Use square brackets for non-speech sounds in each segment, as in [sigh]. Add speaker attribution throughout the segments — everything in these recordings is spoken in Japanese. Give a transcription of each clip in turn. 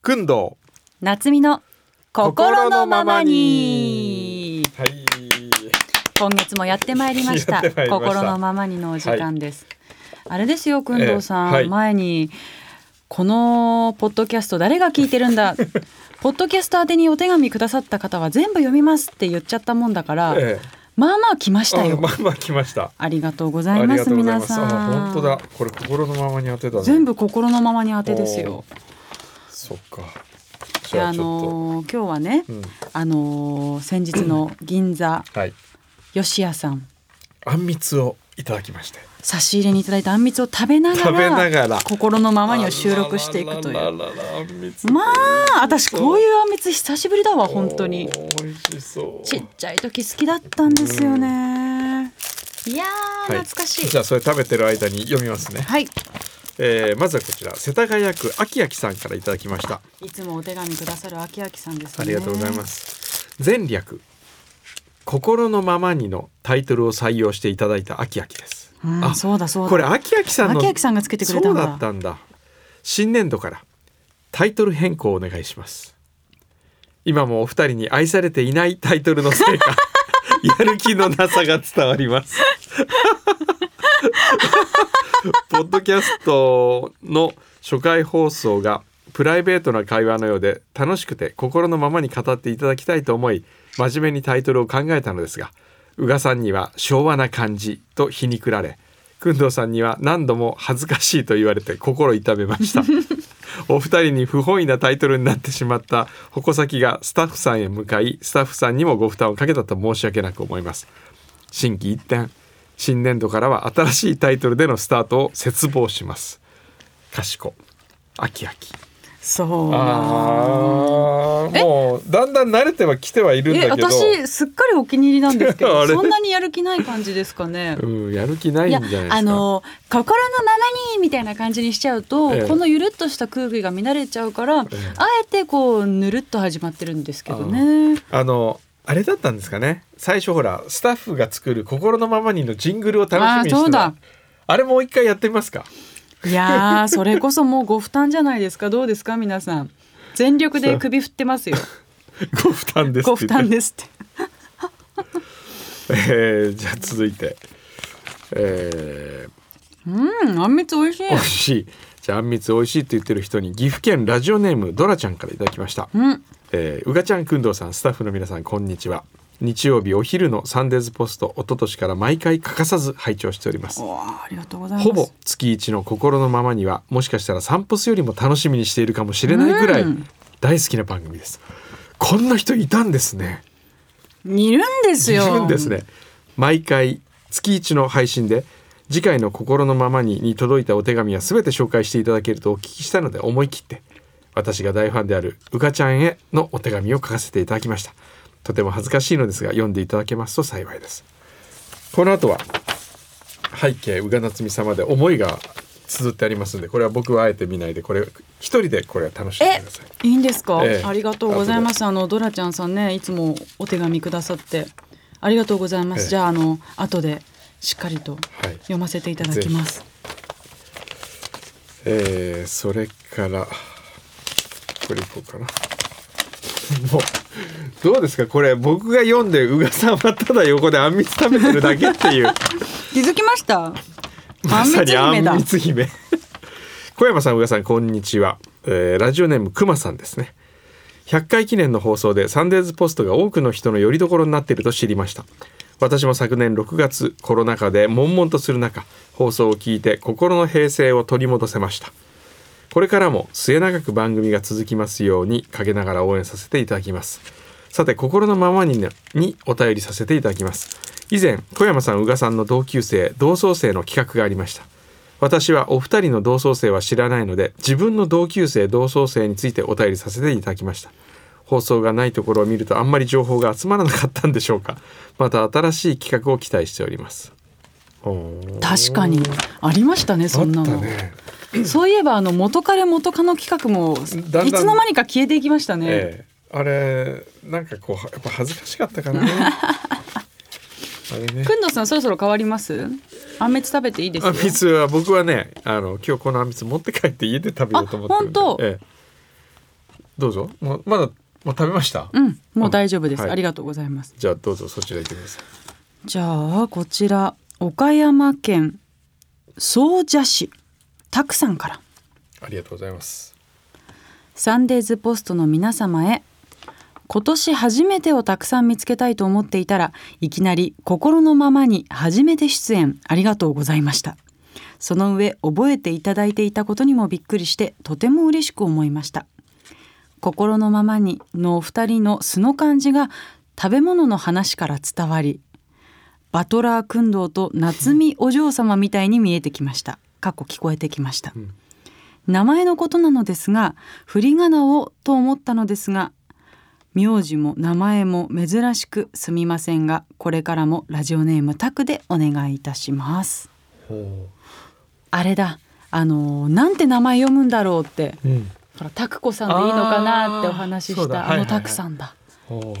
Speaker 1: くんど
Speaker 2: 夏美の心のままに
Speaker 1: う。はい。
Speaker 2: 今月もやってまいりまし
Speaker 1: [laughs] や
Speaker 2: た
Speaker 1: ってまいりました
Speaker 2: 心のままにのお時間です、あれですよくんどうさん、
Speaker 1: ええはい
Speaker 2: 前にこのポッドキャスト誰が聞いてるん
Speaker 1: [laughs]
Speaker 2: だポッドキャスト宛てにお手紙くださった方は全部読みますって言っちゃったもんだから、
Speaker 1: ええ
Speaker 2: まあまあ来ました
Speaker 1: あ
Speaker 2: よ
Speaker 1: まあまあ来ました。
Speaker 2: ありがとうござ
Speaker 1: あ
Speaker 2: い
Speaker 1: り
Speaker 2: ま
Speaker 1: が
Speaker 2: す
Speaker 1: とうござい
Speaker 2: 皆
Speaker 1: ます。
Speaker 2: さ
Speaker 1: あ、
Speaker 2: ん
Speaker 1: 本当だ。これ心のままに当てたね。
Speaker 2: 全部心のままに当てで
Speaker 1: お
Speaker 2: すよ
Speaker 1: そっか。じ
Speaker 2: で
Speaker 1: ゃ
Speaker 2: あ
Speaker 1: あちょっ
Speaker 2: のー今日はね
Speaker 1: と。うん。
Speaker 2: あのー先日の銀座
Speaker 1: はい。
Speaker 2: 吉谷さん
Speaker 1: あんみつをいただきまして。
Speaker 2: 差し入れにいただいたあんみつを食べながら
Speaker 1: 食べながら
Speaker 2: 心のままにを収録していくとい
Speaker 1: あら
Speaker 2: う
Speaker 1: らららあんみつ。。
Speaker 2: まあ私こういううあんみつ久しぶりだわ本当に
Speaker 1: おー。美味しそう。
Speaker 2: ちっちゃい時好きだったんですよねいやー懐かしい
Speaker 1: じゃあそれ食べてる間に読みますね。
Speaker 2: はい、
Speaker 1: えー、まずはこちら世田谷区秋きさんからいただきました。
Speaker 2: いつもお手紙くださる秋きさんですね
Speaker 1: ありがとうございますす。前略心のままにのタイトルを採用していただいた秋きです。
Speaker 2: うん
Speaker 1: あ
Speaker 2: そうだそうだ
Speaker 1: これ秋きさんの
Speaker 2: 秋きさんがつけてくれたんだ
Speaker 1: そうだったんだ。新年度からタイトル変更をお願いします。今もお二人に愛されていないタイトルのせい
Speaker 2: [laughs]
Speaker 1: かやる気のなさが伝わります。ポッドキャストの初回放送がプライベートな会話のようで楽しくて心のままに語っていただきたいと思い真面目にタイトルを考えたのですが宇賀さんには昭和な感じと皮肉られ工藤さんには何度も恥ずかしいと言われて心痛めました。お二人に不本意なタイトルになってしまった矛先がスタッフさんへ向かいスタッフさんにもご負担をかけたと申し訳なく思います心機一転新年度からは新しいタイトルでのスタートを切望しますかしこあきあき
Speaker 2: そう
Speaker 1: あーもうだんだん慣れてはきてはいるんだ
Speaker 2: え
Speaker 1: けど
Speaker 2: 私すっかりお気に入りなんです
Speaker 1: [laughs]
Speaker 2: け
Speaker 1: あ
Speaker 2: ど
Speaker 1: れ
Speaker 2: そんなにやる気ない感じですかね
Speaker 1: うん、やる気ないん
Speaker 2: い
Speaker 1: じゃないです
Speaker 2: や
Speaker 1: か
Speaker 2: あの心のままにみたいな感じにしちゃうと、
Speaker 1: ええ
Speaker 2: このゆるっとした空気が乱れちゃうから、
Speaker 1: え
Speaker 2: あえてこうぬるっと始まってるんですけどね。
Speaker 1: あのあれだったんですかね最初ほらスタッフが作る心のままにのジングルを楽しみにして
Speaker 2: あー
Speaker 1: た
Speaker 2: そうだ
Speaker 1: あれもう一回やってみます
Speaker 2: [laughs]
Speaker 1: か
Speaker 2: いやーそれこそもうご負担じゃないですかどうですか皆さん全力で首振って
Speaker 1: [laughs]
Speaker 2: ますよ
Speaker 1: ご負担です
Speaker 2: ご
Speaker 1: って
Speaker 2: 負
Speaker 1: 言っ
Speaker 2: 担
Speaker 1: て。
Speaker 2: ですって。
Speaker 1: えー、じゃあ続いて、えー、
Speaker 2: うんあんみつ美味しい。
Speaker 1: 美味しい。じゃああんみつ美味しいって言ってる人に岐阜県ラジオネームドラちゃんからいただきました。
Speaker 2: うん
Speaker 1: えーうがちゃんくんどうさんスタッフの皆さんこんにちは。日曜日お昼のサンデーズポスト一昨年から毎回欠かさず拝聴しております。
Speaker 2: おーありがとうございます。
Speaker 1: ほぼ月一の心のままにはもしかしたら散歩スよりも楽しみにしているかもしれないくらい
Speaker 2: うん
Speaker 1: 大好きな番組です。こんな人いたんですね。
Speaker 2: 煮るんですよ。
Speaker 1: 自分ですね毎回月一の配信で次回の心のままにに届いたお手紙は全て紹介していただけるとお聞きしたので思い切って私が大ファンであるうかちゃんへのお手紙を書かせていただきましたとても恥ずかしいのですが読んでいただけますと幸いですこの後は背景うがなつみ様で思いが綴ってありますのでこれは僕はあえて見ないでこれ一人でこれは楽しんで
Speaker 2: え
Speaker 1: ください
Speaker 2: いいんですか、
Speaker 1: ええ
Speaker 2: ありがとうございますあのドラちゃんさんねいつもお手紙くださってありがとうございま
Speaker 1: え
Speaker 2: す、
Speaker 1: え
Speaker 2: じゃああの後でしっかりと
Speaker 1: はい
Speaker 2: 読ませていただきます
Speaker 1: えー、それからこれいこうかなもうどうですかこれ僕が読んで宇賀さんはただ横であんみつ食べてるだけっていう
Speaker 2: 気づきました
Speaker 1: まさにあ
Speaker 2: [laughs] あんみつ姫だ
Speaker 1: んみつ姫小山さん宇賀さんこんにちは、えーラジオネームくまさんですね100回記念の放送でサンデーズポストが多くの人の拠り所になっていると知りました私も昨年6月コロナ禍で悶々とする中放送を聞いて心の平静を取り戻せましたこれからも末永く番組が続きますように陰ながら応援させていただきますさて心のままに,、にお便りさせていただきます以前小山さん宇賀さんの同級生同窓生の企画がありました私はお二人の同窓生は知らないので自分の同級生同窓生についてお便りさせていただきました放送がないところを見るとあんまり情報が集まらなかったんでしょうかまた新しい企画を期待しておりますおー
Speaker 2: 確かにありましたねそんな
Speaker 1: あ
Speaker 2: の、
Speaker 1: ったね
Speaker 2: そういえばあの元彼元カノ企画も
Speaker 1: だん
Speaker 2: いつの間にか消えていきましたね、
Speaker 1: ええ、あれなんかこうはやっぱ恥ずかしかった
Speaker 2: [laughs]
Speaker 1: かなあれね
Speaker 2: くんどさんそろそろ変わりますあんみつ食べていいです
Speaker 1: あ
Speaker 2: よ
Speaker 1: んみつは僕はねあの今日このあんみつ持って帰って家で食べようと思ってるんで
Speaker 2: あ本当
Speaker 1: えどうぞもうまだもう食べました、
Speaker 2: うん、もう大丈夫です、
Speaker 1: はい
Speaker 2: ありがとうございます。
Speaker 1: じゃあどうぞそちら行ってください
Speaker 2: じゃあこちら岡山県総社市たくさんから
Speaker 1: ありがとうございます
Speaker 2: サンデーズポストの皆様へ今年初めてをたくさん見つけたいと思っていたらいきなり心のままに初めて出演ありがとうございましたその上覚えていただいていたことにもびっくりしてとても嬉しく思いました心のままにのお二人の素の感じが食べ物の話から伝わりバトラー君堂と夏美お嬢様みたいに見えてきましたかっこ聞こえてきました、
Speaker 1: ん
Speaker 2: 名前のことなのですが振り仮名をと思ったのですが名字も名前も珍しくすみませんがこれからもラジオネームタクでお願いいたします
Speaker 1: ほ
Speaker 2: あれだあのーなんて名前読むんだろうって
Speaker 1: う、うん、
Speaker 2: ほらタクコさんでいいのかなって
Speaker 1: あー
Speaker 2: お話し
Speaker 1: そ
Speaker 2: し
Speaker 1: うだ
Speaker 2: た
Speaker 1: は
Speaker 2: あ
Speaker 1: いはいは
Speaker 2: の
Speaker 1: い
Speaker 2: タクさんだ、
Speaker 1: ほ
Speaker 2: へ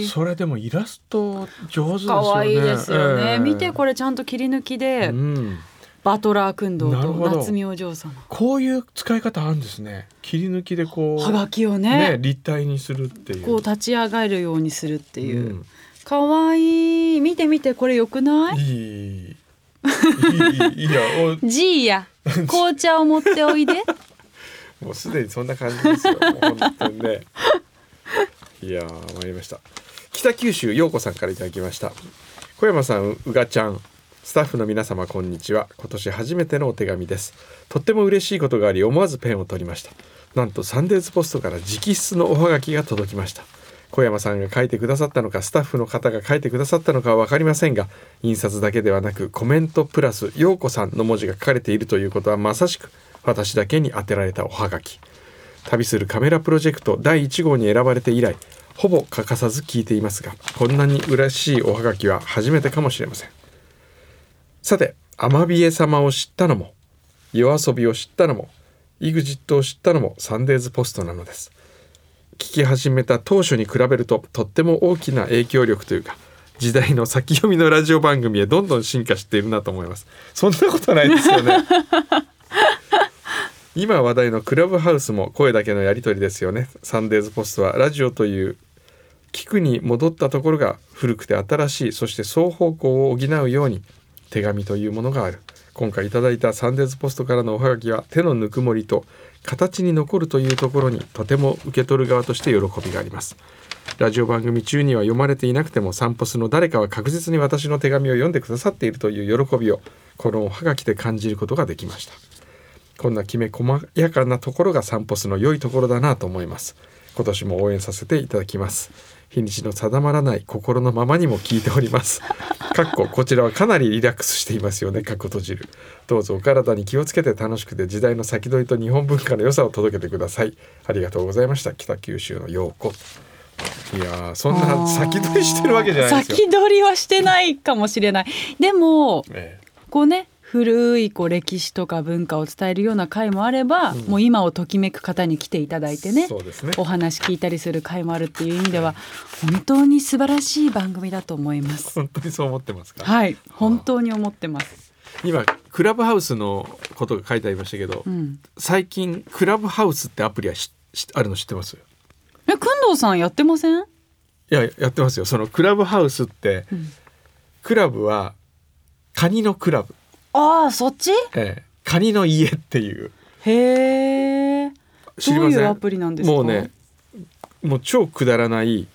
Speaker 2: ー
Speaker 1: それでもイラスト上手ですよね
Speaker 2: 可愛いですよね、
Speaker 1: ええ
Speaker 2: 見てこれちゃんと切り抜きで、
Speaker 1: うん、
Speaker 2: バトラー君堂
Speaker 1: なる
Speaker 2: と
Speaker 1: ほど
Speaker 2: 夏美お嬢様
Speaker 1: こういう使い方あるんですね切り抜きでこ
Speaker 2: は
Speaker 1: う
Speaker 2: がきを
Speaker 1: ね
Speaker 2: ね
Speaker 1: 立体にするっていう
Speaker 2: こう立ち上がるようにするっていう、
Speaker 1: ん
Speaker 2: かわいい見て見てこれよくない
Speaker 1: いいいいいいいや
Speaker 2: じい [laughs] や紅茶を持っておいで [laughs]
Speaker 1: おもうすでにそんな感じですよもう本当にねいやー参りました北九州陽子さんからいただきました小山さんうがちゃんスタッフの皆様こんにちは今年初めてのお手紙ですとっても嬉しいことがあり思わずペンを取りましたなんとサンデーズポストから直筆のおはがきが届きました小山さんが書いてくださったのかスタッフの方が書いてくださったのかは分かりませんが印刷だけではなくコメントプラス「陽子さん」の文字が書かれているということはまさしく私だけに当てられたおはがき旅するカメラプロジェクト第1号に選ばれて以来ほぼ欠かさず聞いていますがこんなに嬉しいおはがきは初めてかもしれませんさてアマビエ様を知ったのも夜遊びを知ったのも EXIT を知ったのもサンデーズポストなのです聞き始めた当初に比べるととっても大きな影響力というか時代の先読みのラジオ番組へどんどん進化しているなと思いますそんなことないですよね今話題のクラブハウスも声だけのやり取りですよねサンデーズポストはラジオという聞くに戻ったところが古くて新しいそして双方向を補うように手紙というものがある今回いただいたサンデーズポストからのおはがきは手のぬくもりと形に残るというところにとても受け取る側として喜びがありますラジオ番組中には読まれていなくても散歩するの誰かは確実に私の手紙を読んでくださっているという喜びをこのおはがきで感じることができましたこんなきめ細やかなところが散歩スの良いところだなと思います。今年も応援させていただきます。日にちの定まらない心のままにも聞いております。かっここちらはかなりリラックスしていますよね。かっこ閉じる。どうぞお体に気をつけて楽しくて時代の先取りと日本文化の良さを届けてください。ありがとうございました。北九州の陽子。いやーそんな先取りしてるわけじゃないですよ。
Speaker 2: 先取りはしてないかもしれないでも
Speaker 1: ええ
Speaker 2: こうね古いこう歴史とか文化を伝えるような回もあれば、
Speaker 1: うん
Speaker 2: もう今をときめく方に来ていただいてね
Speaker 1: そうですね。
Speaker 2: お話聞いたりする回もあるっていう意味では本当に素晴らしい番組だと思います
Speaker 1: 本当にそう思ってますか。
Speaker 2: はい本当に思ってます
Speaker 1: 今クラブハウスのことが書いてありましたけど、
Speaker 2: うん
Speaker 1: 最近クラブハウスってアプリはししあるの知ってますい
Speaker 2: え、くんどうさんやってません
Speaker 1: ややってますよそのクラブハウスって、
Speaker 2: うん
Speaker 1: クラブはカニのクラブ、
Speaker 2: ああそっち
Speaker 1: ええカニの家っていう
Speaker 2: へえ
Speaker 1: 知
Speaker 2: ど
Speaker 1: り
Speaker 2: う
Speaker 1: ま
Speaker 2: い
Speaker 1: せ
Speaker 2: うんアプリなんですか
Speaker 1: もうねもう超くだらない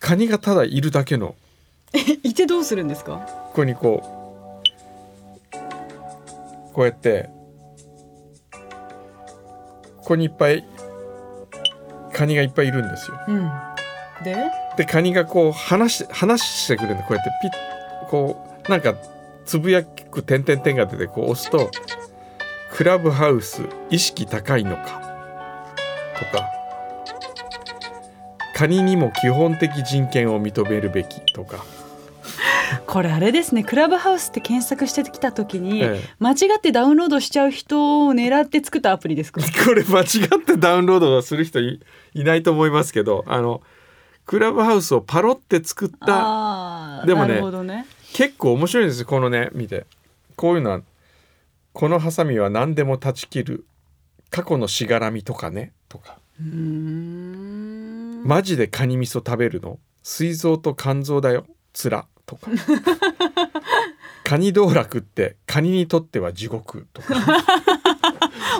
Speaker 1: カニがただいるだけの
Speaker 2: いてどうするんですか
Speaker 1: ここにこうこうやってここにいっぱいカニがいっぱいいるんですよ。
Speaker 2: うんで
Speaker 1: でカニがこう話し話してくれるのこうやってピッこうなんかつぶやく点々点が出てこう押すと「クラブハウス意識高いのか」とか「カニにも基本的人権を認めるべき」とか、
Speaker 2: これあれですねクラブハウスって検索してきた時に、
Speaker 1: え
Speaker 2: 間違ってダウンロードしちゃう人を狙って作ったアプリですか
Speaker 1: え [laughs] これ間違ってダウンロードする人いいないと思いますけどあのクラブハウスをパロって作った
Speaker 2: あー
Speaker 1: でもね
Speaker 2: なるほどね
Speaker 1: 結構面白いんですよこのね見てこういうのはこのハサミは何でも断ち切る過去のしがらみとかねとか
Speaker 2: うーん
Speaker 1: マジでカニ味噌食べるの膵臓と肝臓だよつらと [laughs] かカニ道楽ってカニにとっては地獄と [laughs] か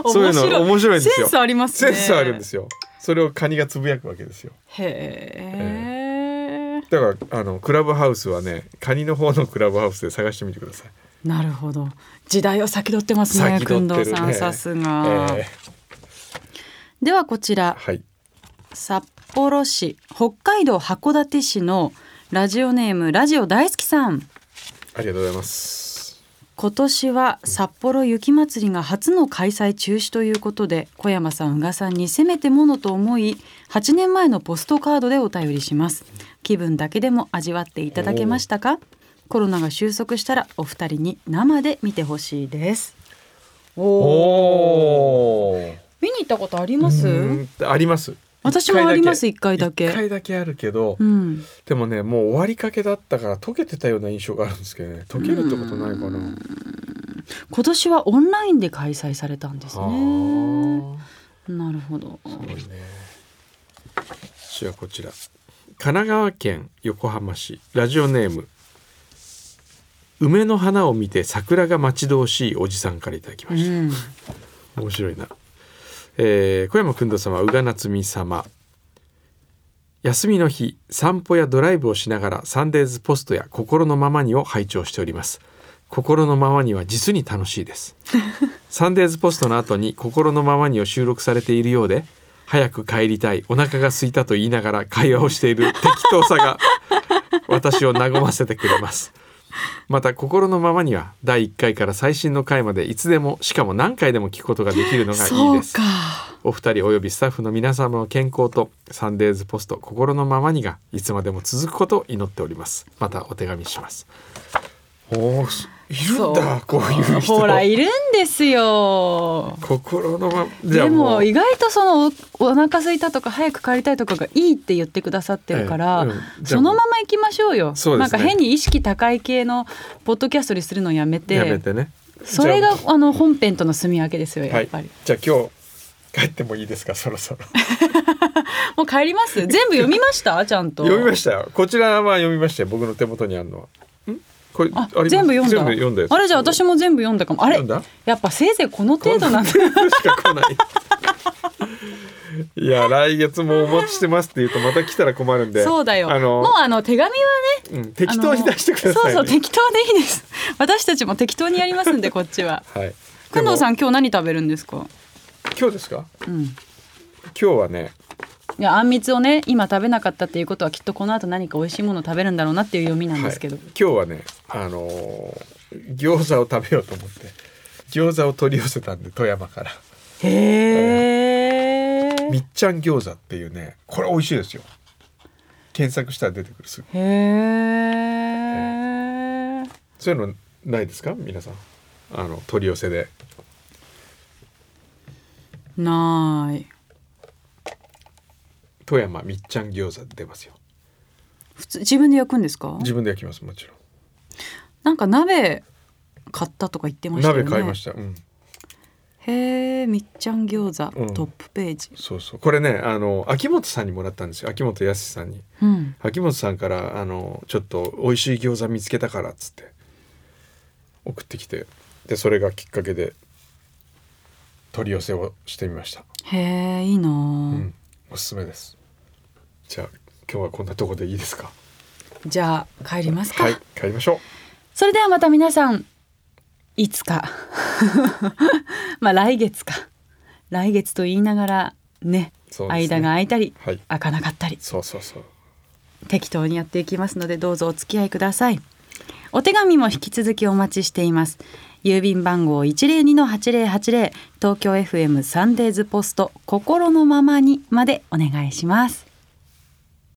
Speaker 1: そういうの面白いんです
Speaker 2: セン
Speaker 1: よ
Speaker 2: スあります
Speaker 1: セ
Speaker 2: ね
Speaker 1: ンスあるんですすよそれをカニがつぶやくわけですよ
Speaker 2: へえ
Speaker 1: だからあのクラブハウスはねカニの方のクラブハウスで探してみてください、
Speaker 2: なるほど時代を先取ってますね
Speaker 1: 先取
Speaker 2: く
Speaker 1: ってる
Speaker 2: ん
Speaker 1: ね
Speaker 2: どうさんさす
Speaker 1: え
Speaker 2: が、
Speaker 1: ー
Speaker 2: ではこちら
Speaker 1: はい
Speaker 2: 札幌市北海道函館市のラジオネームラジオ大好きさん
Speaker 1: ありがとうございます
Speaker 2: 今年は札幌雪まつりが初の開催中止ということで小山さん宇賀さんにせめてものと思い8年前のポストカードでお便りします気分だけでも味わっていただけましたかコロナが収束したらお二人に生で見てほしいですおお
Speaker 1: ー
Speaker 2: 見に行ったことあります
Speaker 1: うーんあります
Speaker 2: 私もあります一回だけ
Speaker 1: 一回だけあるけど、
Speaker 2: うん
Speaker 1: でもねもう終わりかけだったから溶けてたような印象があるんですけどね溶けるってことないかな
Speaker 2: 今年はオンラインで開催されたんです
Speaker 1: あ
Speaker 2: ね
Speaker 1: ー
Speaker 2: なるほど
Speaker 1: すごいねじゃあこちら神奈川県横浜市ラジオネーム梅の花を見て桜が待ち遠しいおじさんからいただきま
Speaker 2: う
Speaker 1: した、
Speaker 2: ん
Speaker 1: 面白いな、えー小山君堂様宇賀夏美様休みの日散歩やドライブをしながらサンデーズポストや心のままにを拝聴しております心のままには実に楽しいです
Speaker 2: [laughs]
Speaker 1: サンデーズポストの後に心のままにを収録されているようで早く帰りたいお腹が空いたと言いながら会話をしている適当さが私を和ませてくれますまた心のままには第1回から最新の回までいつでもしかも何回でも聞くことができるのがいい
Speaker 2: そう
Speaker 1: です
Speaker 2: か
Speaker 1: お二人およびスタッフの皆様の健康とサンデーズポスト心のままにがいつまでも続くことを祈っておりますまたお手紙しますおーいるんだ
Speaker 2: そ
Speaker 1: こういう人
Speaker 2: ほらいるんですよ
Speaker 1: 心のまじゃあ
Speaker 2: で
Speaker 1: も
Speaker 2: も
Speaker 1: う
Speaker 2: 意外とそのおお腹空いたとか早く帰りたいとかがいいって言ってくださってるから、
Speaker 1: ええうんじゃあ
Speaker 2: そのまま行きましょうよ
Speaker 1: そうで
Speaker 2: なん
Speaker 1: すね
Speaker 2: か変に意識高い系のポッドキャストにするのやめて
Speaker 1: やめてね
Speaker 2: それが
Speaker 1: じゃ
Speaker 2: あの本編との住み分けですよ
Speaker 1: あは
Speaker 2: やっ
Speaker 1: い
Speaker 2: ぱり、
Speaker 1: じゃあ今日帰ってもいいですかそろそろ
Speaker 2: もう帰ります全部読みましたちゃんと
Speaker 1: 読みましたよこちらは読みましたよ僕の手元にあるのはんこれ
Speaker 2: あ
Speaker 1: ります
Speaker 2: 全部読んだ
Speaker 1: 全部読んだやつ
Speaker 2: あれじゃあ私も全部読んだかもあれ
Speaker 1: 読んだ
Speaker 2: やっぱせいぜいこの程度なんだ
Speaker 1: こん程度しか来ない。 [laughs] いや来月もお待ちしてますって言うとまた来たら困るんで。
Speaker 2: そうだよ
Speaker 1: あの
Speaker 2: もうあの手紙はね
Speaker 1: うん適当に出してください、ね。
Speaker 2: あのそうそう適当でいいです。 [laughs] 私たちも適当にやりますんでこっちは。
Speaker 1: はい。
Speaker 2: くんどうさ
Speaker 1: ん
Speaker 2: ん今日何食べるんですか。
Speaker 1: 今日ですか？
Speaker 2: うん。い
Speaker 1: 今日はね
Speaker 2: やあんみつをね今食べなかったっていうことはきっとこの後何か美味しいものを食べるんだろうなっていう読みなんですけど。
Speaker 1: はい、今日はねあのー餃子を食べようと思って餃子を取り寄せたんで富山から
Speaker 2: へえ。
Speaker 1: みっちゃん餃子っていうねこれ美味しいですよ。検索したら出てくるすぐ
Speaker 2: へえ。
Speaker 1: そういうのないですか皆さんあの取り寄せで
Speaker 2: ない。
Speaker 1: 富山みっちゃん餃子出ますよ。
Speaker 2: 普通自分で焼くんですか。
Speaker 1: 自分で焼きますもちろん。
Speaker 2: なんか鍋買ったとか言ってましたよね。
Speaker 1: 鍋買いました、うん、
Speaker 2: へえみっちゃん餃子、
Speaker 1: うん
Speaker 2: トップページ。
Speaker 1: そうそうこれねあの秋元さんにもらったんですよ秋元康さんに
Speaker 2: うん。
Speaker 1: 秋元さんからあのちょっと美味しい餃子見つけたからっつって送ってきてでそれがきっかけで取り寄せをしてみました、
Speaker 2: へえいいなあ。
Speaker 1: うんおすすめですじゃあ今日はこんなとこでいいですか
Speaker 2: じゃあ帰りますか、
Speaker 1: はい帰りましょう
Speaker 2: それではまた皆さんいつか [laughs] まあ来月か来月と言いながらね
Speaker 1: そうですね
Speaker 2: 間が空いたり、
Speaker 1: はい
Speaker 2: 開かなかったり
Speaker 1: そうそうそう
Speaker 2: 適当にやっていきますのでどうぞお付き合いくださいお手紙も引き続きお待ちしています郵便番号102-8080東京 FM サンデーズポスト心のままにまでお願いします